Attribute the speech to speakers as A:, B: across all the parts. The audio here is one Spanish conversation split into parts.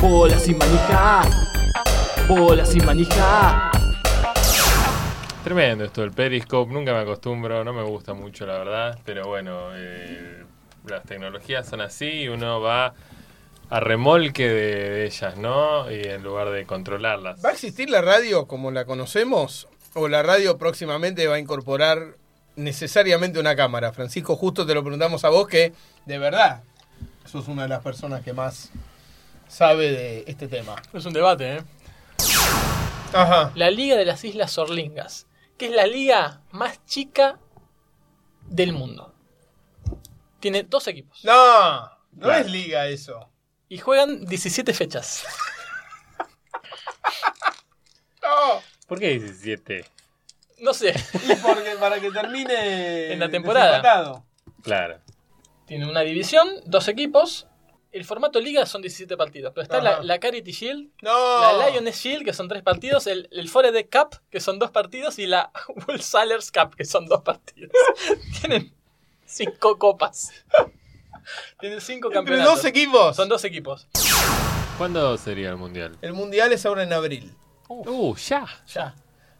A: Bola sin manija. Bola sin manija.
B: Tremendo esto del Periscope, nunca me acostumbro, no me gusta mucho la verdad, pero bueno, eh, las tecnologías son así y uno va a remolque de, de ellas, ¿no? Y en lugar de controlarlas.
C: ¿Va a existir la radio como la conocemos? ¿O la radio próximamente va a incorporar necesariamente una cámara? Francisco, justo te lo preguntamos a vos que, de verdad, sos una de las personas que más sabe de este tema.
D: Es un debate, ¿eh?
C: Ajá.
D: La Liga de las Islas Sorlingas, que es la liga más chica del mundo. Tiene dos equipos
C: No, no es liga eso.
D: y juegan 17 fechas.
C: No,
B: ¿Por qué 17?
D: No sé,
C: y porque para que termine
D: En la temporada.
C: desempatado.
B: Claro.
D: tiene una división, dos equipos. El formato liga son 17 partidos, pero está la,
C: Ajá.
D: la Carity Shield,
C: No.
D: la Lioness Shield, que son tres partidos, el, el Foredeck Cup, que son dos partidos, y la Wool Salers Cup, que son dos partidos. Tienen cinco copas. Tienen cinco
C: Entre
D: campeonatos.
C: dos equipos.
D: Son dos equipos.
B: ¿Cuándo sería el mundial?
C: El mundial es ahora en abril.
B: Uh, ya.
D: Ya,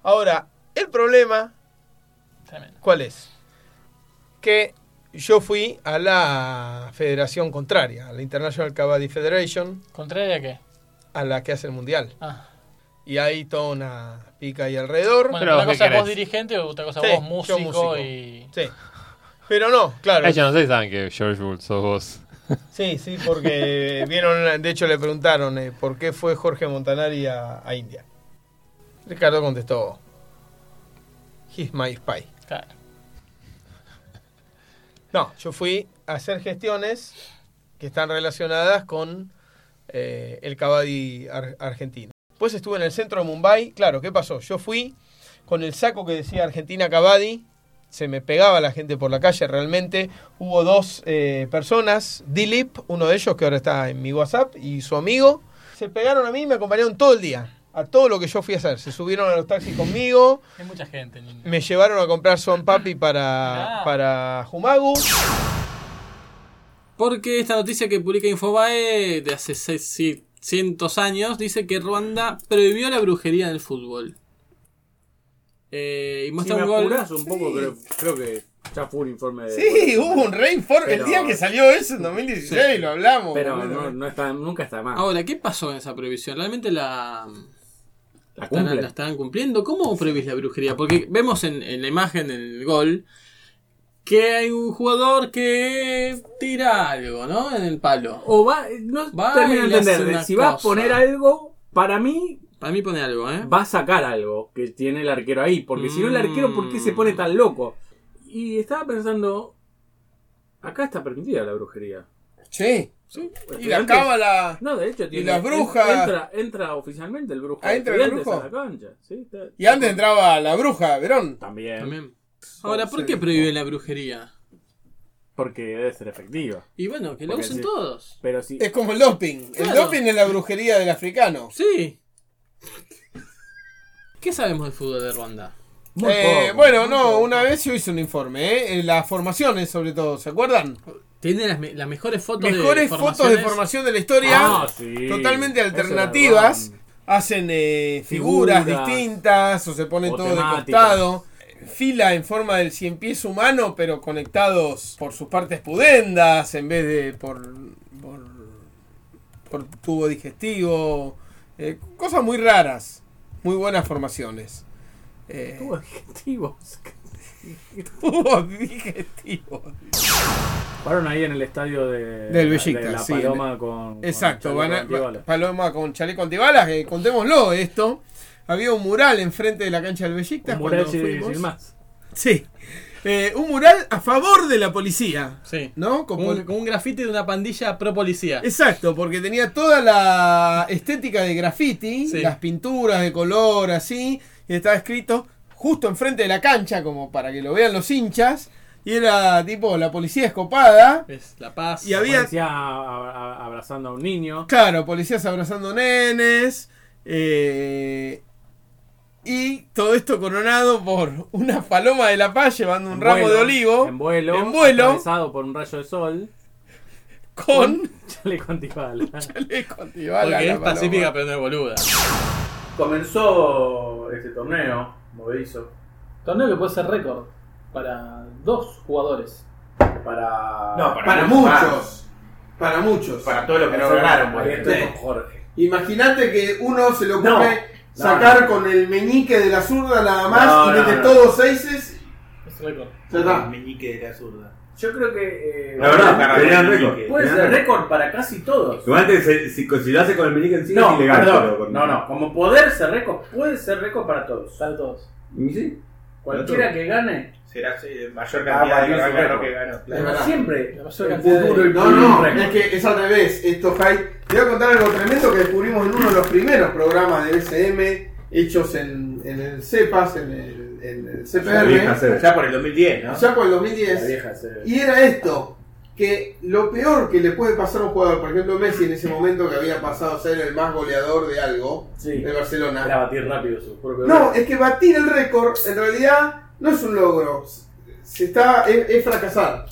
C: Ahora, el problema,
D: tremendo.
C: ¿cuál es? Que yo fui a la federación contraria, a la International Kabaddi Federation,
D: ¿Contraria qué?
C: a la que hace el mundial.
D: Ah,
C: Y hay toda una pica ahí alrededor.
D: bueno,
B: Pero,
D: una
B: ¿qué
D: cosa es vos
B: querés?
D: dirigente, otra cosa
C: Sí,
D: vos músico,
C: yo músico.
D: y...
C: Sí. Pero no, claro.
B: Ah, ya no sé si saben que George Bull sos vos.
C: Sí, sí, porque vieron, de hecho le preguntaron eh, por qué fue Jorge Montanari a, a India. Ricardo contestó, he's my spy.
D: Claro.
C: No, yo fui a hacer gestiones que están relacionadas con eh, el Kabaddi ar- argentino. Después estuve en el centro de Mumbai. Claro, ¿qué pasó? Yo fui con el saco que decía Argentina Kabaddi. Se me pegaba la gente por la calle realmente. Hubo dos eh, personas, Dilip, uno de ellos que ahora está en mi WhatsApp, y su amigo. Se pegaron a mí y me acompañaron todo el día, a todo lo que yo fui a hacer. Se subieron a los taxis conmigo,
D: Hay mucha gente en India.
C: me llevaron a comprar Son Papi para,
D: Ah.
C: para Jumagu.
E: Porque esta noticia que publica Infobae de hace seis- sí, cientos años dice que Ruanda prohibió la brujería en el fútbol. Eh, y
F: Si
E: muestra
F: me
E: un gol.
F: apurás un poco, creo, creo que ya fue un informe de.
C: Sí, hubo un reinforme. El
F: Pero-
C: día que salió eso en 2016 lo hablamos.
F: Pero
C: boludo.
F: no, no está, nunca está mal.
E: Ahora, ¿qué pasó en esa prohibición? ¿Realmente la,
F: la
E: están-
F: cumple.
E: la estaban cumpliendo? ¿Cómo prohibís la brujería? Porque vemos en, en la imagen, en el gol, que hay un jugador que tira algo, ¿no? En el palo.
F: O va. No
E: Va y
F: termino de
E: le hace
F: entender.
E: una
F: Si va a
E: cosa.
F: poner algo, para mí
E: Para mí pone algo, ¿eh?
F: va a sacar algo que tiene el arquero ahí. Porque si no, el arquero, ¿por qué se pone
C: Mm.
F: tan loco? Y estaba pensando. Acá está permitida la brujería.
C: Sí. Y la
F: Estudiantes-
C: cábala.
F: No, de hecho, tiene.
C: las brujas.
F: Entra, entra oficialmente el brujo.
C: Ah,
F: de
C: entra el
F: Estudiantes
C: brujo.
F: a la cancha. Sí, está-
C: Y antes entraba la bruja, Verón.
F: También,
E: También. Ahora, ¿por
C: Sí.
E: qué prohíben la brujería?
F: Porque debe ser efectiva.
E: Y bueno, que la
F: Porque
E: usen
F: sí.
E: todos.
F: Pero si.
C: Es como el doping. El
E: Claro.
C: doping es la brujería del africano.
E: Sí. ¿Qué sabemos del fútbol de Ruanda?
F: Muy
C: Eh,
F: poco,
C: bueno,
F: muy
C: no,
F: poco.
C: una vez yo hice un informe, ¿eh? Eh, Las formaciones, sobre todo, ¿se acuerdan?
E: Tiene las, me- las mejores fotos
C: Mejores
E: de
C: fotos de
E: formaciones.
C: formación de la historia.
F: Ah, sí.
C: Totalmente
F: Ese era
C: alternativas.
F: el
C: Hacen eh, figuras,
F: Figuras.
C: distintas o se pone
F: O
C: todo de
F: temáticas.
C: costado. Fila en forma del cien pies humano, pero conectados por sus partes pudendas en vez de por, por, por tubo digestivo. Eh, cosas muy raras. Muy buenas formaciones. Eh,
F: Tuvo adjetivos.
C: tubo digestivo.
F: Fueron ahí en el estadio de,
C: Del Beşiktaş,
F: de la
C: sí,
F: Paloma con. con
C: Exacto,
F: Chalo
C: van a-
F: Guardiola.
C: Paloma con chaleco antibalas, eh, contémoslo esto. Había un mural enfrente de la cancha del Bellictas.
F: Un mural
C: cuando
F: sin,
C: fuimos.
F: sin más.
C: Sí. Eh, un mural a favor de la policía.
D: Sí.
C: ¿No? Con
D: Como un,
C: pol-
D: como un grafiti de una pandilla pro policía.
C: Exacto, porque tenía toda la estética de graffiti,
D: Sí.
C: las pinturas de color así, y estaba escrito justo enfrente de la cancha, como para que lo vean los hinchas, y era tipo la policía escopada,
D: Es La Paz.
C: y había
F: Parecía a- a- abrazando a un niño.
C: Claro, policías abrazando nenes. eh, y todo esto coronado por una paloma de la paz llevando un
F: en
C: ramo
F: vuelo,
C: de olivo.
F: En vuelo.
C: En vuelo.
F: Atravesado por un rayo de sol.
E: con
F: Chale con Tibala.
E: chaleco antibala.
A: Porque
E: Porque es pacífica, pero no es boluda.
F: Comenzó este torneo movedizo
D: Torneo que puede ser récord para dos jugadores.
F: para.
G: No, para, muchos. Para muchos.
F: Para todos los que no
G: Para-
F: lograron,
G: para-
F: porque estoy
G: Sí.
F: con Jorge.
G: Imagínate que uno se le ocurre
F: No.
G: sacar con el meñique de la zurda nada más
F: No,
G: y
F: no,
G: mete
F: no.
G: todos seises.
D: Es récord.
G: Ya está.
H: meñique de la zurda.
F: Yo creo que. eh,
I: La verdad, tenían récord.
F: Puede
I: Tenían
F: ser récord para casi todos.
I: Igual antes, eh, si, si lo hace con el meñique encima
F: no,
I: es ilegal.
F: perdón,
I: pero con-
F: no, no, como poder ser récord, puede ser récord para todos.
D: Para todos.
I: ¿Y sí?
F: Cualquiera que gane,
H: Será eh, mayor
F: Ah,
H: cantidad de
F: bueno,
H: que ganó
F: sí,
H: que ganó.
G: Es verdad.
F: siempre.
D: La mayor
F: el
D: cantidad de-
F: futuro, el
G: No, no,
F: récord.
G: es que es al revés. Esto, Jai. Te voy a contar algo tremendo que descubrimos en uno de los primeros programas de BCM hechos en, en el CEPAS, en el, en el
I: La vieja
G: CPR,
I: se-
H: Ya por el 2010, ¿no?
G: allá por el
F: La
G: 2010.
F: vieja se-
G: Y era esto, que lo peor que le puede pasar a un jugador, por ejemplo Messi en ese momento que había pasado a ser el más goleador de algo,
F: Sí.
G: de Barcelona.
F: Era batir rápido su propio
G: No,
F: récord.
G: es que batir el récord en realidad no es un logro. Se está, es, es fracasar.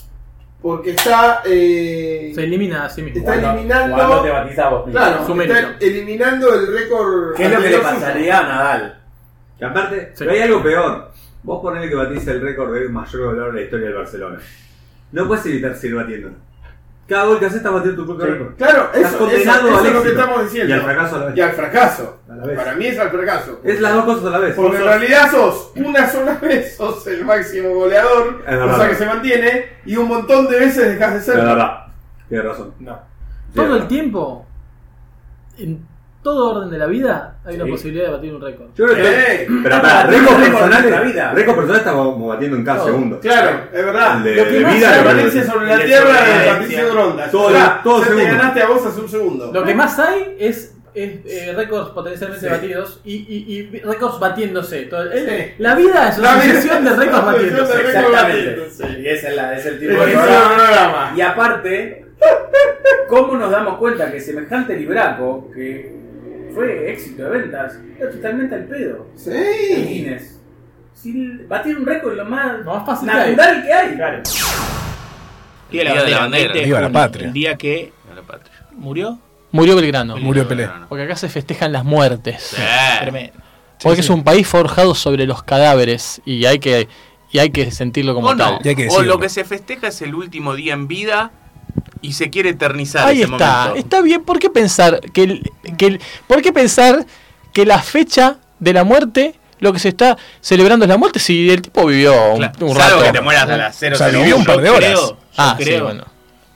G: Porque está, eh,
D: Se elimina a sí mismo.
G: está
F: Cuando-
G: eliminando.
F: Cuando te batís a vos mismo.
G: claro,
D: Su
G: está
D: mérito.
G: eliminando el récord.
F: ¿Qué es lo que le
G: anterior
F: pasaría a Nadal?
I: Y aparte,
D: Sí.
I: pero hay algo peor. Vos ponele que batís el récord de mayor goleador de la historia del Barcelona. No puedes evitar seguir batiendo. Cada gol que haces estás batiendo tu propio récord.
G: suyo. Claro, eso,
I: Estás
G: eso-
I: condenado al
G: eso es lo que
I: éxito.
G: estamos
I: Y
G: diciendo.
I: al fracaso a la vez.
G: Y al fracaso.
I: A la vez.
G: Para mí es al fracaso.
I: Es las dos cosas a la vez.
G: Porque en realidad sos una sola vez, sos el máximo goleador,
I: Es verdad.
G: cosa que se mantiene, y un montón de veces dejas de
I: La
G: serlo.
I: verdad. Tienes razón.
H: No.
D: Todo el
I: Tienes razón.
D: tiempo, en todo orden de la vida, hay una
F: Sí.
D: posibilidad de batir un récord.
I: Yo creo que.
G: Eh,
I: Pero
F: Ah,
I: para, récord
F: récord de
I: personal.
F: la vida.
I: Récord personal estamos batiendo en cada
D: Todo.
I: segundo.
G: Claro, es verdad.
I: El de-
G: Lo que
I: de
G: más
I: vida,
G: se
I: lo que-
G: aparece sobre la
H: de
G: tierra es
H: supervivencia.
G: Patricio Gronda.
I: Todo-
G: Ya,
I: todo
G: ya te
I: segundo.
G: ganaste a vos hace un segundo.
D: Lo que más hay es, es, eh, récords potencialmente batidos y, y, y récords batiéndose. Todo- eh, La vida es una sucesión de récords batiéndose.
G: récords
F: Exactamente.
G: batidos, sí.
F: Y esa es, la, es el tipo
G: El
F: de
G: que hizo
F: programa.
G: el programa.
F: Y aparte, ¿cómo nos damos cuenta que semejante libraco, que fue éxito de ventas, era totalmente al pedo? El
G: Sí.
F: Guinness. Sin batir un récord lo más
D: Lo más fácil que hay.
F: natural que hay.
H: Claro.
J: Día de la bandera.
H: 20 de
J: Viva
A: la
H: junio,
A: patria.
H: El día que
J: A la patria.
H: murió.
A: Murió Belgrano.
J: Murió
A: Pelé.
J: Belgrano.
A: Porque acá se festejan las muertes.
J: Sí.
A: Tremendo. Porque es un país forjado sobre los cadáveres y hay que, y hay que sentirlo como
J: O no.
A: tal.
J: O lo que se festeja es el último día en vida y se quiere eternizar
A: Ahí
J: ese
A: está,
J: momento.
A: está bien. ¿Por qué pensar que, el- que el- por qué pensar que la fecha de la muerte, lo que se está celebrando es la muerte, si el tipo vivió un,
H: Claro.
A: un
H: Salvo
A: rato?
H: que te mueras a las 0
K: O sea, vivió un par de horas.
A: ah,
H: creo
A: sí, bueno.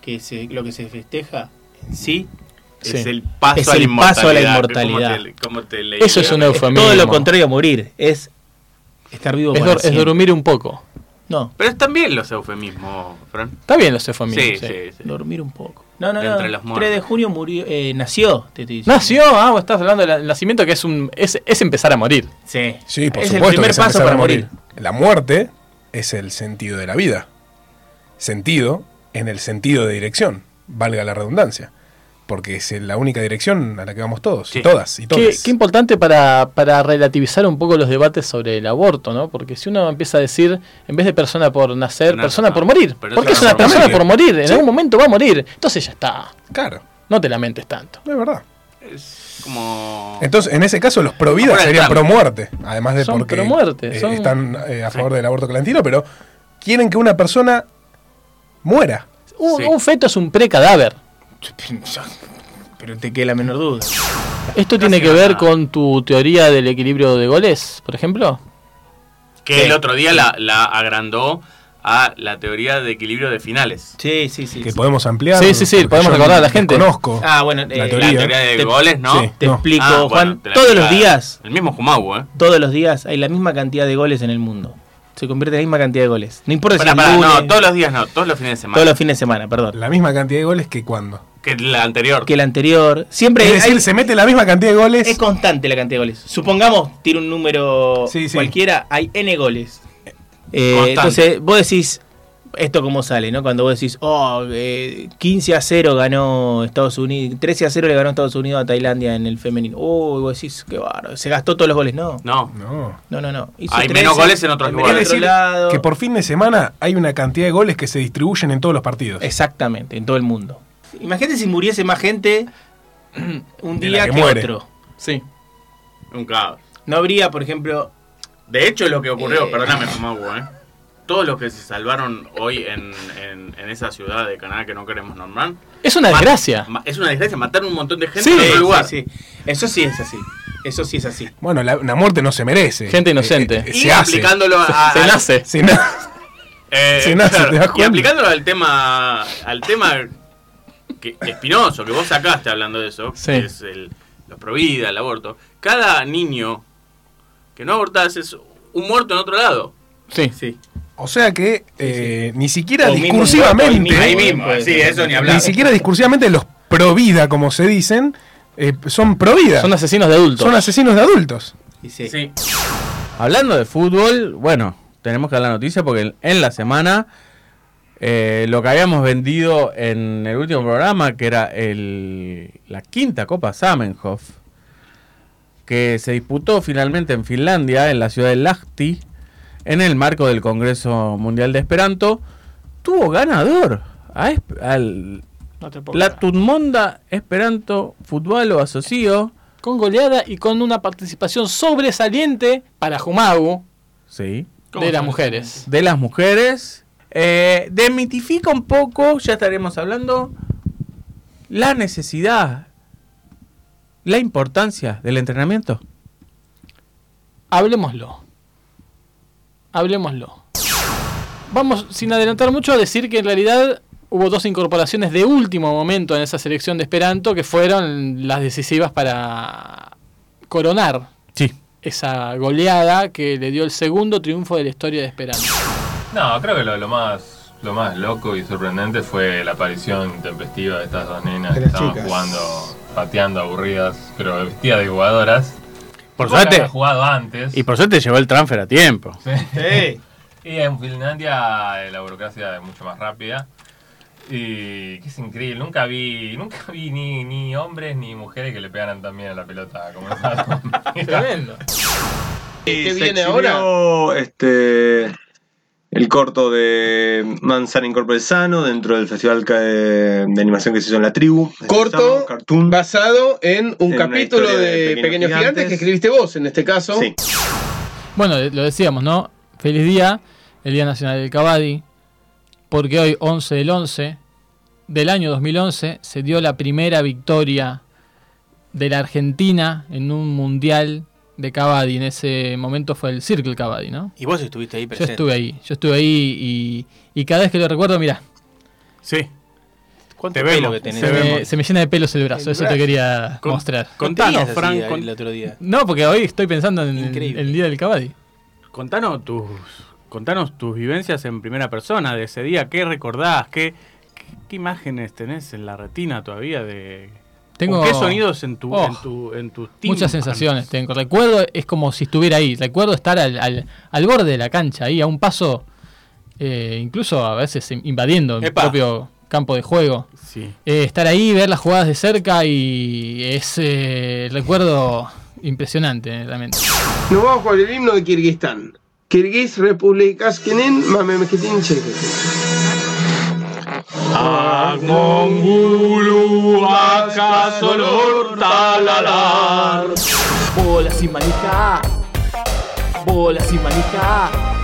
H: que se- lo que se festeja en sí
A: Sí.
J: Es el paso
H: Es
J: a la
H: el paso a la
J: inmortalidad.
H: inmortalidad.
J: ¿Cómo te- cómo te leí?
A: Eso es un
H: es
A: eufemismo.
H: todo lo contrario a morir. Es estar vivo
A: Es,
H: para
A: dor- es
H: siempre.
A: dormir un poco.
H: No,
J: Pero están bien los eufemismos, Fran.
A: Está bien los eufemismos.
J: Sí, sí, sí.
H: dormir un poco. No, no,
J: Entre los
H: no.
J: muertos.
H: 3 de junio murió, eh, nació, te estoy diciendo.
A: Nació, ah, vos estás hablando del del nacimiento que es un es, es empezar a morir.
H: Sí.
K: Sí, por
H: es
K: supuesto.
H: el primer
K: que se
H: paso
K: empezaron
H: para
K: a
H: morir.
K: La muerte es el sentido de la vida. Sentido en el sentido de dirección, valga la redundancia. Porque es la única dirección a la que vamos todos,
J: Sí.
K: y todas, y
A: Qué,
K: todos.
A: qué importante para, para relativizar un poco los debates sobre el aborto, ¿no? Porque si uno empieza a decir, en vez de persona por nacer,
J: Una-
A: persona por morir.
J: pero
A: Porque es
J: eso
A: una
J: no
K: es
A: persona
K: morir.
A: por morir, en
K: Sí.
A: algún momento va a morir. Entonces ya está,
K: Claro,
A: no te lamentes tanto.
K: es verdad.
J: Es como.
K: Entonces, en ese caso, los pro vida
J: Ahora
K: serían
J: están.
K: pro muerte. Además de
A: Son
K: porque
A: pro muerte,
K: eh,
A: son-
K: están eh, a favor del aborto clandestino, pero quieren que una persona muera.
A: Un,
J: Sí.
A: un feto es un precadáver.
H: Pero te queda la menor duda.
A: ¿Esto tiene que
J: sirve
A: ver
J: nada.
A: con tu teoría del equilibrio de goles, por ejemplo?
J: Que el otro día la, la agrandó a la teoría de equilibrio de finales.
H: Sí, sí, sí.
K: Que
H: sí.
K: podemos ampliar.
A: Sí, sí, sí,
K: porque
A: podemos
K: yo
A: recordar a la gente.
K: Conozco.
H: Ah, bueno, eh,
K: La
J: La
K: teoría.
J: teoría de
H: Te-
J: goles, ¿no?
K: Sí.
J: Ah,
K: No.
H: te explico,
J: bueno,
H: Juan.
J: te la
H: todos los
J: explica
H: días,
J: El mismo Jumau, ¿eh?
H: todos los días hay la misma cantidad de goles en el mundo. Se convierte en la misma cantidad de goles. No importa
J: Pará,
H: si
J: pará,
H: el lunes,
J: no, todos los días no, todos los fines de semana.
H: todos los fines de semana, perdón.
K: La misma cantidad de goles que cuando.
J: Que la anterior.
H: Que el anterior. Siempre
K: Es decir,
H: hay-
K: se mete la misma cantidad de goles.
H: es constante la cantidad de goles. Supongamos, tira un número
K: Sí, sí.
H: cualquiera, hay N goles. Eh,
J: Constante.
H: entonces, vos decís, esto cómo sale, ¿no? Cuando vos decís, oh, eh, 15 a 0 ganó Estados Unidos, 13 a 0 le ganó Estados Unidos a Tailandia en el femenino. Oh, y vos decís, qué bárbaro, se gastó todos los goles. No,
J: No.
K: No.
H: no, no, no. Hizo
J: Hay menos goles en otros
H: hay menos en
J: lugares.
H: otro
K: Es decir,
H: lado.
K: Que por fin de semana hay una cantidad de goles que se distribuyen en todos los partidos.
H: Exactamente, en todo el mundo. Imagínate si muriese más gente un
K: De
H: día
K: la
H: que,
K: que muere.
H: otro.
A: Sí.
J: Nunca.
H: No habría, por ejemplo.
J: De hecho, lo que ocurrió,
H: Eh.
J: perdóname, Fumabu, ¿eh? Todos los que se salvaron hoy en, en- en esa ciudad de Canadá que no queremos nombrar.
A: Es una
J: ma-
A: desgracia.
J: ma- Es una desgracia, mataron un montón de gente
A: Sí.
J: en otro
A: Sí,
J: lugar.
H: Eso sí es así. Eso sí es así.
K: Bueno, la, la muerte no se merece.
A: Gente
K: Eh,
A: inocente.
K: eh, eh,
J: Y
K: se hace.
J: aplicándolo a-
A: Se
J: a-
A: nace.
K: Se na-
J: Eh,
K: Se nace, ¿te das
J: y
K: cuenta?
J: aplicándolo al tema al tema que, espinoso que vos sacaste hablando de eso,
A: Sí.
J: que es el, los provida, el aborto. Cada niño que no abortás es un muerto en otro lado.
A: Sí.
H: Sí.
K: o sea que eh, ni siquiera
H: O mismo
K: discursivamente.
H: un muerto
J: Ahí mismo, eh,
H: Pues,
J: sí, eso ni hablar.
K: Ni siquiera discursivamente los pro vida, como se dicen, eh, son pro vida.
A: Son asesinos de adultos.
K: Son asesinos de adultos.
H: Y sí.
J: Sí.
L: Hablando de fútbol, bueno, tenemos que dar la noticia porque en- en la semana eh, lo que habíamos vendido en el último programa, que era el, la quinta Copa Samenhof, que se disputó finalmente en Finlandia, en la ciudad de Lahti, en el marco del Congreso Mundial de Esperanto, tuvo ganador a Esp- al
A: No te puedo
L: la
A: creer.
L: Tutmonda Esperanto Fútbol o Asocio.
A: Con goleada y con una participación sobresaliente para Jumagu
L: Sí.
A: de las mujeres.
L: de las mujeres. Eh, demitifica un poco, ya estaremos hablando, la necesidad, la importancia del entrenamiento.
A: Hablemoslo. Hablemoslo. Vamos, sin adelantar mucho, a decir que en realidad hubo dos incorporaciones de último momento en esa selección de Esperanto que fueron las decisivas para coronar
L: Sí.
A: esa goleada que le dio el segundo triunfo de la historia de Esperanto.
B: No, creo que lo, lo más lo más loco y sorprendente fue la aparición tempestiva de estas dos nenas
G: De
B: que
G: las
B: estaban
G: chicas.
B: jugando, pateando aburridas, pero vestidas de jugadoras.
L: Por
B: Supongo que
L: suerte.
B: habían jugado antes.
L: Y por suerte llegó el transfer a tiempo.
C: Sí.
B: Y en Finlandia eh, la burocracia es mucho más rápida. Y que es increíble, nunca vi, nunca vi ni, ni hombres ni mujeres que le pegaran tan bien a la pelota como esas dos nenas.
C: Tremendo.
M: ¿Qué
C: viene ahora?
M: Este, el corto de Manzana Incorporezano dentro del festival ca- de animación que se hizo en la tribu.
C: Corto basado en
M: En
C: un
M: una
C: capítulo
M: historia
C: de,
M: de
C: Pequeños,
M: Pequeños
C: Gigantes,
M: Gigantes
C: que escribiste vos en este caso.
M: Sí.
A: Bueno, lo decíamos, ¿no? Feliz día, el Día Nacional del Cabadi, porque hoy, 11 del 11 del año 2011, se dio la primera victoria de la Argentina en un mundial de Cabadi. En ese momento fue el Circle Cabadi, ¿no?
H: Y vos estuviste ahí
A: Yo estuve ahí, yo estuve ahí y, y cada vez que lo recuerdo, mirá,
L: Sí.
H: ¿Cuánto
L: Te
H: pelo
L: vemos,
H: que tenés?
L: te
A: se me,
L: vemos.
A: se me llena de pelos el brazo,
H: El
A: eso
H: brazo.
A: te quería
L: Con-
A: mostrar.
L: Contanos, Frank,
H: Frank,
L: con-
H: el otro día.
A: No, porque hoy estoy pensando en el,
H: Increíble.
A: el Día del Cabadi.
L: contanos tus, contanos tus vivencias en primera persona de ese día. ¿Qué recordás? ¿Qué, qué, qué imágenes tenés en la retina todavía de
A: Tengo-
L: o qué sonidos en tu,
A: Oh.
L: en tu, Ah, en tus
A: Muchas
L: tímpanos?
A: sensaciones tengo. Recuerdo, es como si estuviera ahí. Recuerdo estar al, al, al borde de la cancha, ahí a un paso, eh, incluso a veces invadiendo el
L: Epa.
A: propio campo de juego.
L: Sí.
A: Eh, estar ahí, ver las jugadas de cerca y es eh, recuerdo impresionante, eh, realmente.
G: Nos vamos con el himno de Kirguistán. Kirguís Republikaskinin Mamemketin Chekhov.
N: Bola sin manija, bola sin manija,